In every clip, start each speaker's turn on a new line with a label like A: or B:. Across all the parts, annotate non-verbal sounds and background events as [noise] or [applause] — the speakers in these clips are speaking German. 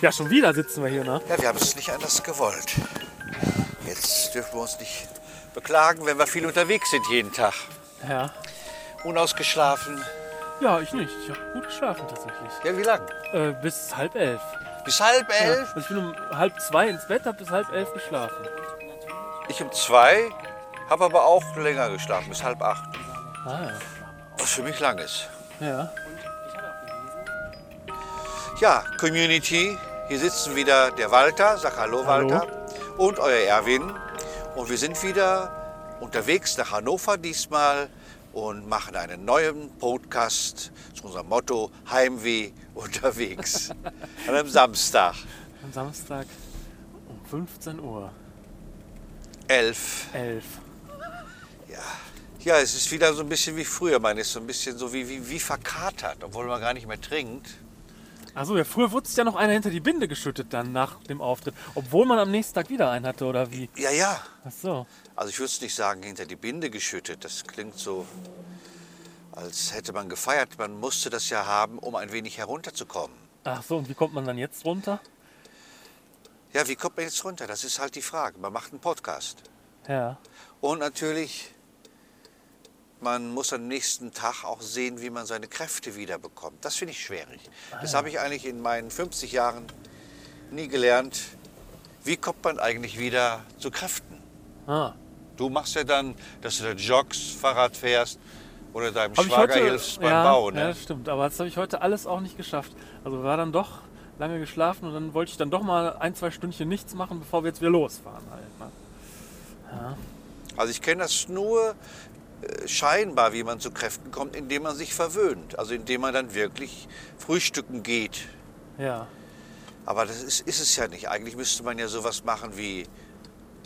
A: Ja, schon wieder sitzen wir hier, ne?
B: Ja, wir haben es nicht anders gewollt. Jetzt dürfen wir uns nicht beklagen, wenn wir viel unterwegs sind jeden Tag.
A: Ja.
B: Unausgeschlafen.
A: Ja, ich nicht. Ich habe gut geschlafen tatsächlich.
B: Ja, wie lang?
A: Äh, bis halb elf.
B: Bis halb
A: Ja.
B: elf?
A: Also ich bin um halb zwei ins Bett, habe bis halb elf geschlafen.
B: Ich um zwei, habe aber auch länger geschlafen, bis halb acht.
A: Ah,
B: Was für mich lang ist.
A: ja. ja.
B: Ja, Community, hier sitzen wieder der Walter, sag hallo
A: Hallo.
B: Walter, und euer Erwin. Und wir sind wieder unterwegs nach Hannover diesmal und machen einen neuen Podcast zu unserem Motto Heimweh [laughs] unterwegs. An einem Samstag,
A: Am Samstag um 15 Uhr.
B: 11.
A: Elf.
B: Ja, es ist wieder so ein bisschen wie früher, man ist so ein bisschen so wie, wie, wie verkatert, obwohl man gar nicht mehr trinkt.
A: Achso, Also, ja, früher wurde sich ja noch einer hinter die Binde geschüttet dann nach dem Auftritt. Obwohl man am nächsten Tag wieder einen hatte, oder wie?
B: Ja, ja,
A: Ach so.
B: Also ich würde es nicht sagen, hinter die Binde geschüttet. Das klingt so, als hätte man gefeiert. Man musste das ja haben, um ein wenig herunterzukommen.
A: Ach so, und wie kommt man dann jetzt runter?
B: Ja, wie kommt man jetzt runter? Das ist halt die Frage. Man macht einen Podcast.
A: Ja.
B: Und natürlich, man muss am nächsten Tag auch sehen, wie man seine Kräfte wiederbekommt. Das finde ich schwierig. Das habe ich eigentlich in meinen 50 Jahren nie gelernt. Wie kommt man eigentlich wieder zu Kräften?
A: Ah.
B: Du machst ja dann, dass du da joggst, Fahrrad fährst oder deinem
A: Hab
B: Schwager hilfst beim
A: ja,
B: Bau.
A: Ja,
B: Ne?
A: das stimmt. Aber das habe ich heute alles auch nicht geschafft. Also war dann doch lange geschlafen und dann wollte ich dann doch mal ein, zwei Stündchen nichts machen, bevor wir jetzt wieder losfahren. Halt. ne?
B: Also ich kenne das nur äh, scheinbar, wie man zu Kräften kommt, indem man sich verwöhnt. Also indem man dann wirklich frühstücken geht.
A: Ja.
B: Aber das ist, ist es ja nicht. Eigentlich müsste man ja sowas machen wie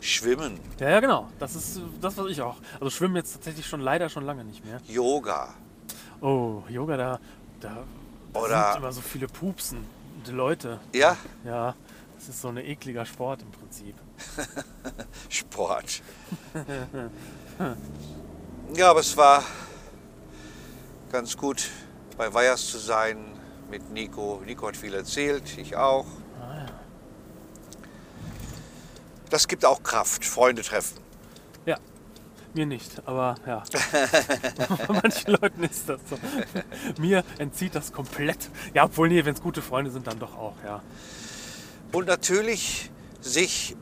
B: Schwimmen,
A: ja, ja, genau. Das ist äh, das, was ich auch. Also schwimmen jetzt tatsächlich schon leider schon lange nicht mehr.
B: Yoga.
A: Oh, Yoga, da, da, da
B: Oder-
A: sind immer so viele Pupsen und Leute.
B: Ja,
A: Ja, das ist so ein ekliger Sport im Prinzip.
B: Sport. ja, aber es war ganz gut, bei Weihers zu sein mit Nico. Nico hat viel erzählt, ich auch. Das gibt auch Kraft, Freunde treffen.
A: Ja, mir nicht, aber ja. Manchen Leuten ist das so. Mir entzieht das komplett. Ja, obwohl, nee, wenn es gute Freunde sind, dann doch auch, ja.
B: Und natürlich sich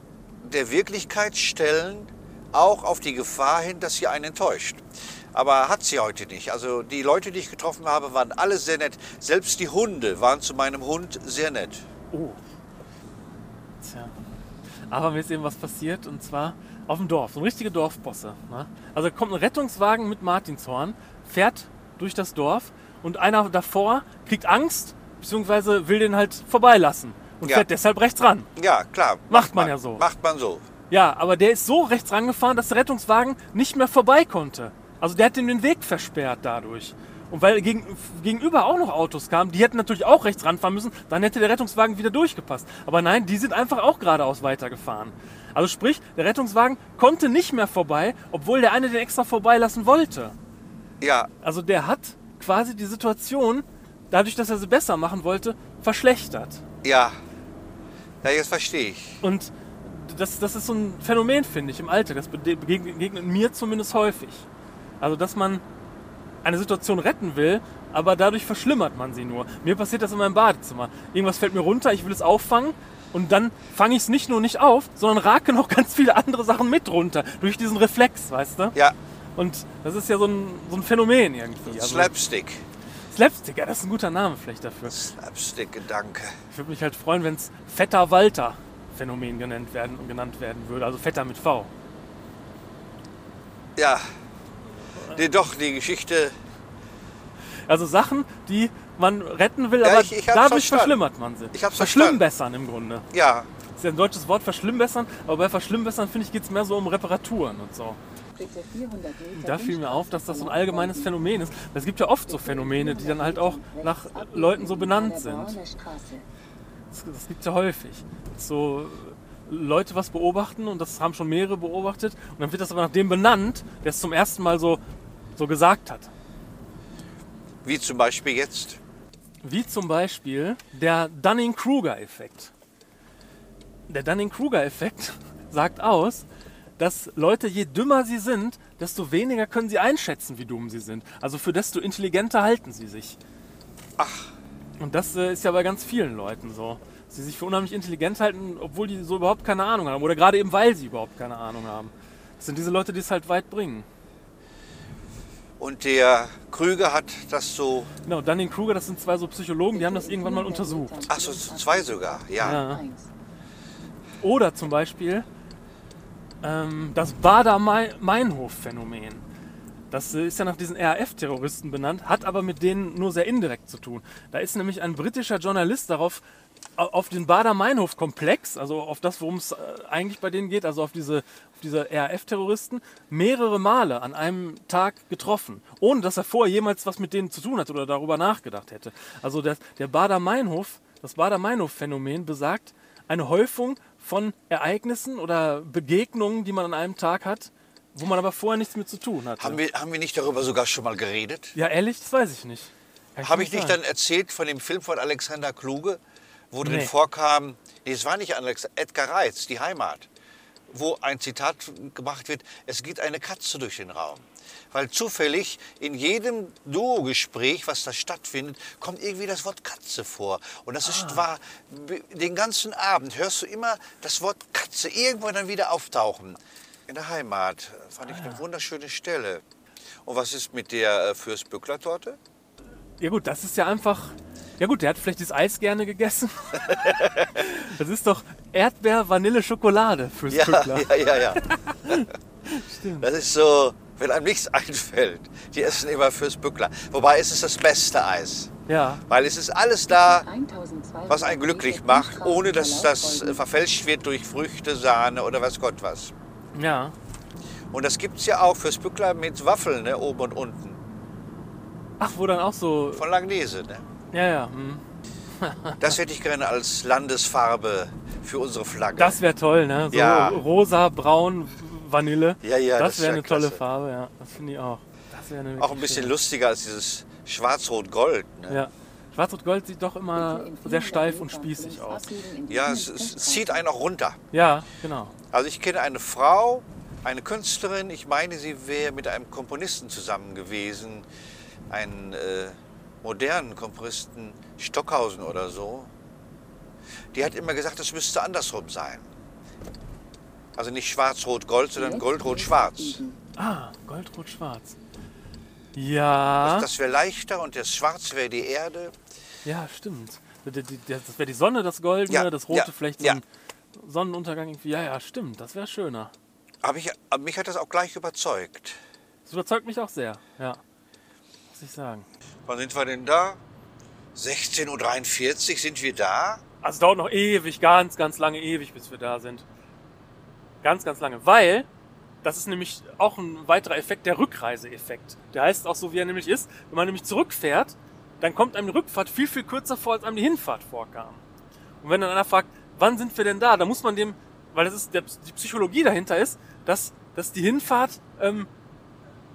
B: der Wirklichkeit stellen, auch auf die Gefahr hin, dass sie einen enttäuscht. Aber hat sie heute nicht. Also die Leute, die ich getroffen habe, waren alle sehr nett. Selbst die Hunde waren zu meinem Hund sehr nett.
A: Oh. Tja. Aber mir ist eben was passiert und zwar auf dem Dorf, so eine richtige Dorfbosse. Ne? Also kommt ein Rettungswagen mit Martinshorn, fährt durch das Dorf und einer davor kriegt Angst, beziehungsweise will den halt vorbeilassen und
B: Ja.
A: fährt deshalb rechts ran.
B: Ja, klar.
A: Macht man ja so.
B: Macht man so.
A: Ja, aber der ist so rechts rangefahren, dass der Rettungswagen nicht mehr vorbei konnte. Also der hat ihm den Weg versperrt dadurch. Und weil gegen, gegenüber auch noch Autos kamen, die hätten natürlich auch rechts ranfahren müssen, dann hätte der Rettungswagen wieder durchgepasst. Aber nein, die sind einfach auch geradeaus weitergefahren. Also sprich, der Rettungswagen konnte nicht mehr vorbei, obwohl der eine den extra vorbeilassen wollte.
B: Ja,
A: Also der hat quasi die Situation, dadurch, dass er sie besser machen wollte, verschlechtert.
B: ja. Ja, jetzt verstehe ich.
A: Und das, das ist so ein Phänomen, finde ich, im Alltag. Das bede- begegnet, begegnet mir zumindest häufig. Also, dass man eine Situation retten will, aber dadurch verschlimmert man sie nur. Mir passiert das in meinem Badezimmer. Irgendwas fällt mir runter, ich will es auffangen und dann fange ich es nicht nur nicht auf, sondern rake noch [laughs] ganz viele andere Sachen mit runter. Durch diesen Reflex, weißt du?
B: Ja,
A: Und das ist ja so ein, so ein Phänomen irgendwie. Also,
B: Slapstick.
A: Slapstick, ja, das ist ein guter Name vielleicht dafür.
B: Slapstick-Gedanke.
A: Ich würde mich halt freuen, wenn es Fetter Walter Phänomen genannt werden, genannt werden würde. Also Fetter mit V.
B: Ja. Nee, doch, die Geschichte.
A: Also Sachen, die man retten will,
B: Ja,
A: aber
B: ich- ich hab's
A: dadurch
B: verstanden.
A: verschlimmert man sie.
B: Ich hab's
A: Verschlimmbessern im Grunde.
B: Ja.
A: Das ist ja ein deutsches Wort, verschlimmbessern, aber bei verschlimmbessern finde ich geht es mehr so um Reparaturen und so. Und da fiel mir auf, dass das so ein allgemeines Phänomen ist. Es gibt ja oft so Phänomene, die dann halt auch nach Leuten so benannt sind. Das, das gibt es ja häufig. So äh, Leute was beobachten und das haben schon mehrere beobachtet und dann wird das aber nach dem benannt, der es zum ersten Mal so, so gesagt hat.
B: Wie zum Beispiel jetzt.
A: Wie zum Beispiel der Dunning-Kruger-Effekt. Der Dunning-Kruger-Effekt [laughs] sagt aus, dass Leute, je dümmer sie sind, desto weniger können sie einschätzen, wie dumm sie sind. Also für desto intelligenter halten sie sich.
B: Ach,
A: Und das äh, ist ja bei ganz vielen Leuten so. dass Sie sich für unheimlich intelligent halten, obwohl die so überhaupt keine Ahnung haben. Oder gerade eben, weil sie überhaupt keine Ahnung haben. Das sind diese Leute, die es halt weit bringen.
B: und der Krüger hat das so,
A: Genau, Dunning Kruger, das sind zwei so Psychologen, die haben das irgendwann mal untersucht.
B: ach so, zwei sogar, ja.
A: Ja. Oder zum Beispiel ähm, das Bader-Meinhof-Phänomen. Das äh, ist ja nach diesen RAF-Terroristen benannt, hat aber mit denen nur sehr indirekt zu tun. Da ist nämlich ein britischer Journalist darauf, au- auf den Bader-Meinhof-Komplex, also auf das, worum es äh, eigentlich bei denen geht, also auf diese, auf diese RAF-Terroristen, mehrere Male an einem Tag getroffen, ohne dass er vorher jemals was mit denen zu tun hat oder darüber nachgedacht hätte. Also der, der Bader-Meinhof, das Bader-Meinhof-Phänomen besagt eine Häufung von Ereignissen oder Begegnungen, die man an einem Tag hat, wo man aber vorher nichts mit zu tun hatte.
B: Haben wir, haben wir nicht darüber sogar schon mal geredet?
A: Ja, ehrlich, das weiß ich nicht. Kann
B: Habe ich nicht
A: sagen.
B: dann erzählt von dem Film von Alexander Kluge, wo drin
A: Nee.
B: vorkam, nee, es war nicht Alex, Edgar Reitz, die Heimat, wo ein Zitat gemacht wird, es geht eine Katze durch den Raum. Weil zufällig in jedem Duo-Gespräch, was da stattfindet, kommt irgendwie das Wort Katze vor. Und das
A: Ah.
B: ist wahr, b- den ganzen Abend hörst du immer das Wort Katze irgendwo dann wieder auftauchen. In der Heimat fand ich
A: Ah.
B: eine wunderschöne Stelle. Und was ist mit der äh, Fürstbückler-Torte?
A: Ja, gut, das ist ja einfach. Ja, gut, der hat vielleicht das Eis gerne
B: [laughs]
A: gegessen. das ist doch Erdbeer, Vanille, Schokolade fürs
B: [laughs] Ja,
A: Pückler.
B: ja, ja,
A: [laughs]
B: ja. Das ist so, wenn einem nichts [laughs] einfällt. Die essen immer fürs Bückler. Wobei es ist das beste Eis.
A: Ja.
B: Weil es ist alles da,
C: was einen glücklich macht, ohne dass das äh,
B: verfälscht wird durch Früchte, Sahne oder was Gott was.
A: ja,
B: Und das gibt es ja auch fürs Bückler mit Waffeln, ne, oben und unten.
A: Ach, wo dann auch so.
B: Von Langnese. Ne?
A: Ja, ja. hm.
B: Das hätte ich gerne als Landesfarbe für unsere Flagge.
A: Das wäre toll, ne? So
B: Ja.
A: rosa, braun, Vanille.
B: Ja, ja,
A: Das,
B: das
A: wäre
B: wär
A: eine tolle
B: klasse.
A: Farbe, ja. Das finde ich auch. Das wäre eine
B: auch ein
A: wirklich
B: bisschen
A: schöne-
B: lustiger als dieses Schwarz-Rot-Gold. Ne?
A: Ja. Schwarz und Gold sieht doch immer sehr steif und spießig aus.
B: ja es, es zieht einen auch runter.
A: Ja, genau.
B: Also ich kenne eine Frau, eine Künstlerin, ich meine, sie wäre mit einem Komponisten zusammen gewesen, einen äh, modernen Komponisten Stockhausen oder so. Die hat immer gesagt, es müsste andersrum sein. Also nicht schwarz-rot-gold, sondern gold-rot-schwarz.
A: Ah, goldrot-schwarz. Ja.
B: Das, das wäre leichter und das Schwarz wäre die Erde.
A: Ja, stimmt. Die- die- Das wäre die Sonne, das Goldene,
B: Ja,
A: das Rote
B: ja,
A: vielleicht so
B: ja.
A: ein Sonnenuntergang irgendwie. Ja, ja, stimmt. Das wäre schöner.
B: Aber ich, aber mich hat das auch gleich überzeugt.
A: Das überzeugt mich auch sehr. Ja, muss ich sagen.
B: Wann sind wir denn da? 16.43 Uhr sind wir da.
A: Also es dauert noch ewig, ganz, ganz lange ewig, bis wir da sind. Ganz, ganz lange. Weil, das ist nämlich auch ein weiterer Effekt, der Rückreiseeffekt. Der heißt auch so, wie er nämlich ist. Wenn man nämlich zurückfährt, dann kommt einem die Rückfahrt viel, viel kürzer vor, als einem die Hinfahrt vorkam. Und wenn dann einer fragt, wann sind wir denn da, dann muss man dem, weil das ist, der, die Psychologie dahinter ist, dass, dass die Hinfahrt, ähm,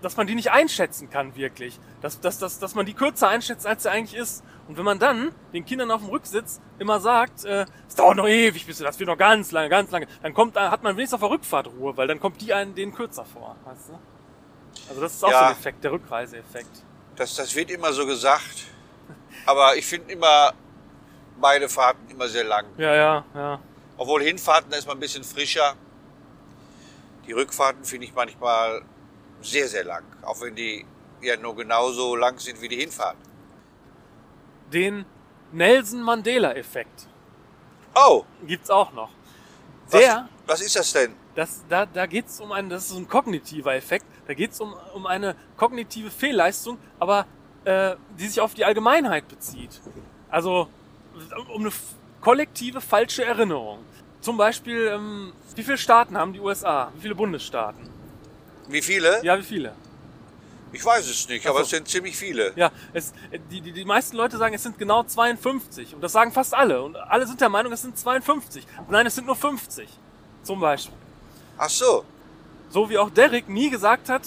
A: dass man die nicht einschätzen kann wirklich. Dass, dass, dass, dass man die kürzer einschätzt, als sie eigentlich ist. Und wenn man dann den Kindern auf dem Rücksitz immer sagt, äh, es dauert noch ewig, bis du, das wird noch ganz lange, ganz lange, dann kommt, dann hat man wenigstens auf der Rückfahrt Ruhe, weil dann kommt die einen denen kürzer vor. Weißt du? Also das ist auch
B: Ja.
A: so ein Effekt, der Rückreiseeffekt.
B: Das, das wird immer so gesagt. Aber ich finde immer beide Fahrten immer sehr lang.
A: Ja, ja, ja.
B: Obwohl Hinfahrten da ist man ein bisschen frischer. Die Rückfahrten finde ich manchmal sehr, sehr lang. Auch wenn die ja nur genauso lang sind wie die Hinfahrten.
A: Den Nelson-Mandela-Effekt
B: Oh,
A: gibt's auch noch.
B: was,
A: Der-
B: was ist das denn?
A: Das, da da geht's um einen, das ist so ein kognitiver Effekt, da geht's um, um eine kognitive Fehlleistung, aber äh, die sich auf die Allgemeinheit bezieht. Also um eine f- kollektive falsche Erinnerung. Zum Beispiel, ähm, wie viele Staaten haben die USA? Wie viele Bundesstaaten?
B: Wie viele?
A: Ja, wie viele?
B: Ich weiß es nicht, aber
A: so.
B: es sind ziemlich viele.
A: Ja, es, die, die, die meisten Leute sagen, es sind genau 52. Und das sagen fast alle. Und alle sind der Meinung, es sind 52. Nein, es sind nur 50. Zum Beispiel.
B: Ach so.
A: So wie auch Derek nie gesagt hat,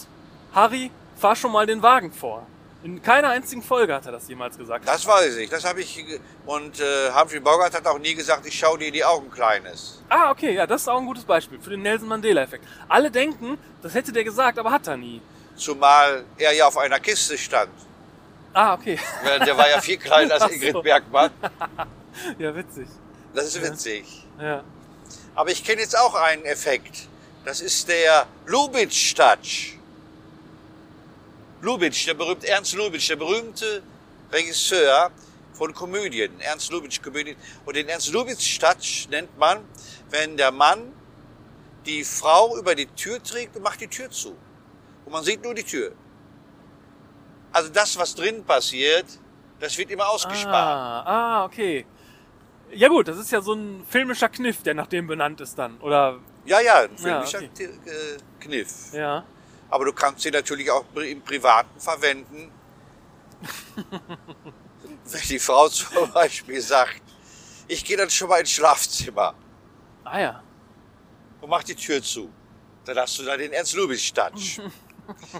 A: Harry, fahr schon mal den Wagen vor. In keiner einzigen Folge hat er das jemals gesagt.
B: Das weiß ich, das habe ich. ge- Und äh, Humphrey Bogart hat auch nie gesagt, ich schaue dir in die Augen, Kleines.
A: Ah, okay, ja, das ist auch ein gutes Beispiel für den Nelson Mandela-Effekt. Alle denken, das hätte der gesagt, aber hat er nie.
B: Zumal er ja auf einer Kiste stand.
A: Ah, okay. [laughs]
B: Ja, Der war ja viel kleiner
A: Ach
B: als
A: so.
B: Ingrid Bergmann.
A: Ja, witzig.
B: Das ist witzig.
A: Ja.
B: Aber ich kenne jetzt auch einen Effekt. Das ist der Lubitsch-Touch. Lubitsch, der berühmte, Ernst Lubitsch, der berühmte Regisseur von Komödien, Ernst Lubitsch Komödien. Und den Ernst Lubitsch-Touch nennt man, wenn der Mann die Frau über die Tür trägt und macht die Tür zu. Und man sieht nur die Tür. Also das, was drin passiert, das wird immer ausgespart.
A: Ah, ah, okay. Ja gut, das ist ja so ein filmischer Kniff, der nach dem benannt ist dann. Oder
B: Ja, ja, ein filmischer
A: okay.
B: Ti- äh, Kniff.
A: ja.
B: Aber du kannst sie natürlich auch pri- im Privaten verwenden. Wenn die Frau zum Beispiel sagt, ich gehe dann schon mal ins Schlafzimmer
A: Ah ja.
B: und mach die Tür zu. Dann hast du da den Ernst Lubitsch touch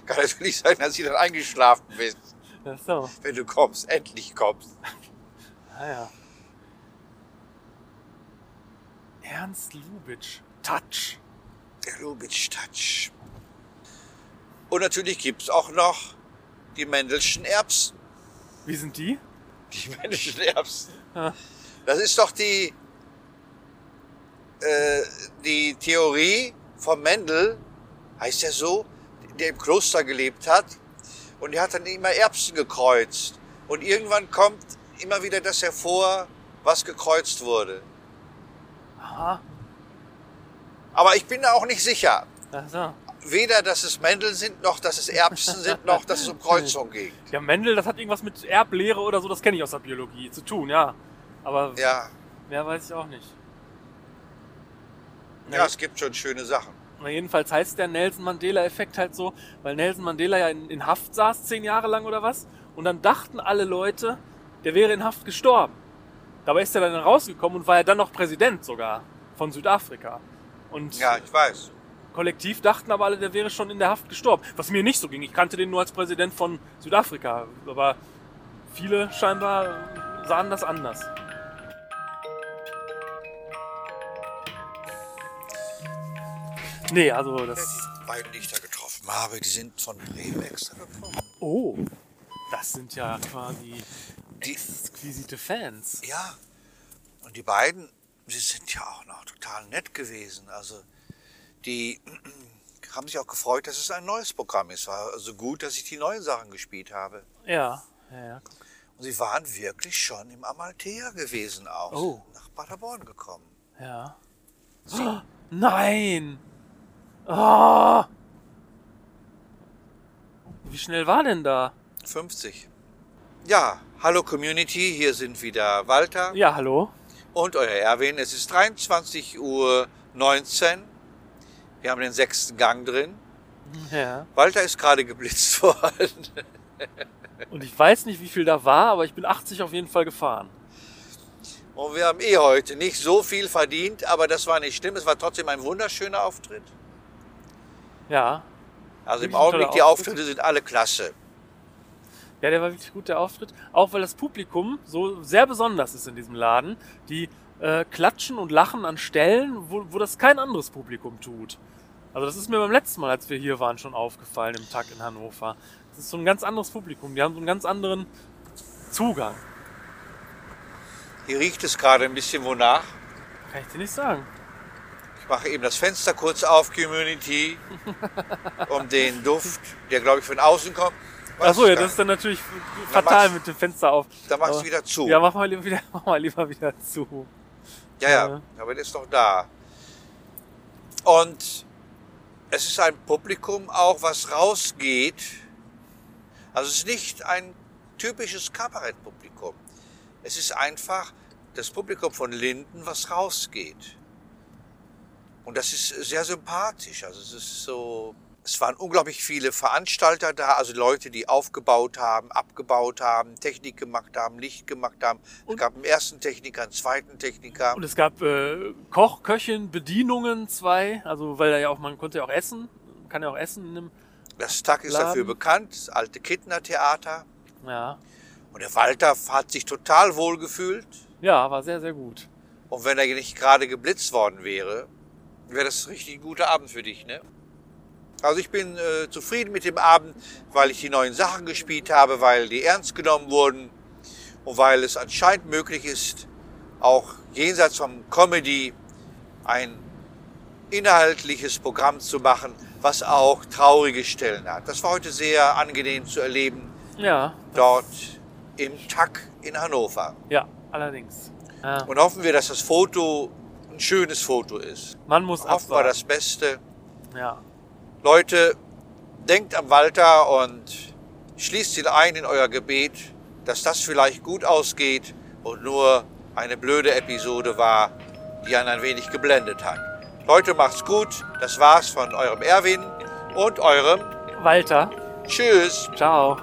B: Kann natürlich sein, dass sie dann eingeschlafen bist,
A: Ja, so.
B: wenn du kommst, endlich kommst.
A: Ah ja. Ernst Lubitsch. Touch.
B: Der Lubitsch touch Und natürlich gibt's auch noch die Mendelschen Erbsen.
A: Wie sind die?
B: Die Menschen Erbsen.
A: Ja.
B: Das ist doch die, äh, die Theorie von Mendel, heißt er so, der im Kloster gelebt hat. Und der hat dann immer Erbsen gekreuzt. Und irgendwann kommt immer wieder das hervor, was gekreuzt wurde.
A: Aha.
B: Aber ich bin da auch nicht sicher.
A: Ach so.
B: Weder, dass es Mendel sind, noch dass es Erbsen sind, noch dass es um Kreuzung ging.
A: Ja, Mendel, das hat irgendwas mit Erblehre oder so, das kenne ich aus der Biologie, zu tun, ja. Aber
B: Ja,
A: mehr weiß ich auch nicht. Na
B: ja, es gibt schon schöne Sachen.
A: Na, jedenfalls heißt der Nelson Mandela-Effekt halt so, weil Nelson Mandela ja in, in Haft saß, zehn Jahre lang oder was. Und dann dachten alle Leute, der wäre in Haft gestorben. Dabei ist er dann rausgekommen und war ja dann noch Präsident sogar von Südafrika. Und
B: Ja, ich weiß.
A: kollektiv dachten aber alle, der wäre schon in der Haft gestorben. Was mir nicht so ging. Ich kannte den nur als Präsident von Südafrika. Aber viele scheinbar sahen das anders. Nee, also das.
B: Die beiden, die ich da getroffen habe, die sind von Bremen extra gekommen.
A: Oh, das sind ja quasi
B: Die,
A: exquisite Fans.
B: ja, und die beiden, sie sind ja auch noch total nett gewesen. Also die [clears throat] haben sich auch gefreut, dass es ein neues Programm ist. War also gut, dass ich die neuen Sachen gespielt habe.
A: Ja, ja, ja. guck.
B: Und sie waren wirklich schon im Amalthea gewesen auch.
A: Oh.
B: Nach Paderborn gekommen.
A: ja. Oh, nein! Oh! Wie schnell war denn da?
B: 50. Ja, hallo Community, hier sind wieder Walter
A: Ja, hallo.
B: und euer Erwin. Es ist 23.19 Uhr. Wir haben den sechsten Gang drin.
A: Ja.
B: Walter ist gerade geblitzt [laughs] worden.
A: Und ich weiß nicht, wie viel da war, aber ich bin 80 auf jeden Fall gefahren.
B: Und wir haben eh heute nicht so viel verdient, aber das war nicht schlimm. Es war trotzdem ein wunderschöner Auftritt.
A: Ja. Wirklich
B: Also im
A: ein toller
B: Augenblick, die
A: Auftritt.
B: Auftritte sind alle klasse.
A: Ja, der war wirklich gut, der Auftritt. Auch weil das Publikum so sehr besonders ist in diesem Laden. Die äh, klatschen und lachen an Stellen, wo, wo das kein anderes Publikum tut. Also das ist mir beim letzten Mal, als wir hier waren, schon aufgefallen im Tag in Hannover. Das ist so ein ganz anderes Publikum. Die haben so einen ganz anderen Zugang.
B: Hier riecht es gerade ein bisschen wonach.
A: Kann ich dir nicht sagen.
B: Ich mache eben das Fenster kurz auf, Community, um den Duft, der glaube ich von außen kommt.
A: Ach so, ja, das ist dann natürlich fatal
B: machst-
A: mit dem Fenster auf.
B: Da machst du
A: Aber-
B: wieder zu.
A: Ja, mach mal lieber [laughs] wieder, mach mal lieber wieder zu.
B: Ja, ja, aber das ist doch da. Und es ist ein Publikum auch, was rausgeht. Also es ist nicht ein typisches Kabarettpublikum. Es ist einfach das Publikum von Linden, was rausgeht. Und das ist sehr sympathisch. Also es ist so, es waren unglaublich viele Veranstalter da, also Leute, die aufgebaut haben, abgebaut haben, Technik gemacht haben, Licht gemacht haben. Es
A: Und-
B: gab einen ersten Techniker, einen zweiten Techniker.
A: Und es gab äh, Koch, Köchin, Bedienungen, zwei. Also, weil da ja auch, man konnte ja auch essen. Man kann ja auch essen in einem.
B: Das Tag ist
A: Laden.
B: dafür bekannt, das alte Kittner Theater.
A: Ja.
B: Und der Walter hat sich total wohl gefühlt.
A: ja, war sehr, sehr gut.
B: Und wenn er nicht gerade geblitzt worden wäre, wäre das richtig ein guter Abend für dich, ne? Also ich bin äh, zufrieden mit dem Abend, weil ich die neuen Sachen gespielt habe, weil die ernst genommen wurden und weil es anscheinend möglich ist, auch jenseits vom Comedy ein inhaltliches Programm zu machen, was auch traurige Stellen hat. Das war heute sehr angenehm zu erleben,
A: Ja,
B: dort im TAC in Hannover.
A: ja, allerdings. Ja.
B: Und hoffen wir, dass das Foto ein schönes Foto ist.
A: Man muss
B: Hoffen wir
A: abwarten.
B: das Beste.
A: Ja.
B: Leute, denkt an Walter und schließt ihn ein in euer Gebet, dass das vielleicht gut ausgeht und nur eine blöde Episode war, die einen ein wenig geblendet hat. Leute, macht's gut. Das war's von eurem Erwin und eurem
A: Walter,
B: Tschüss.
A: ciao.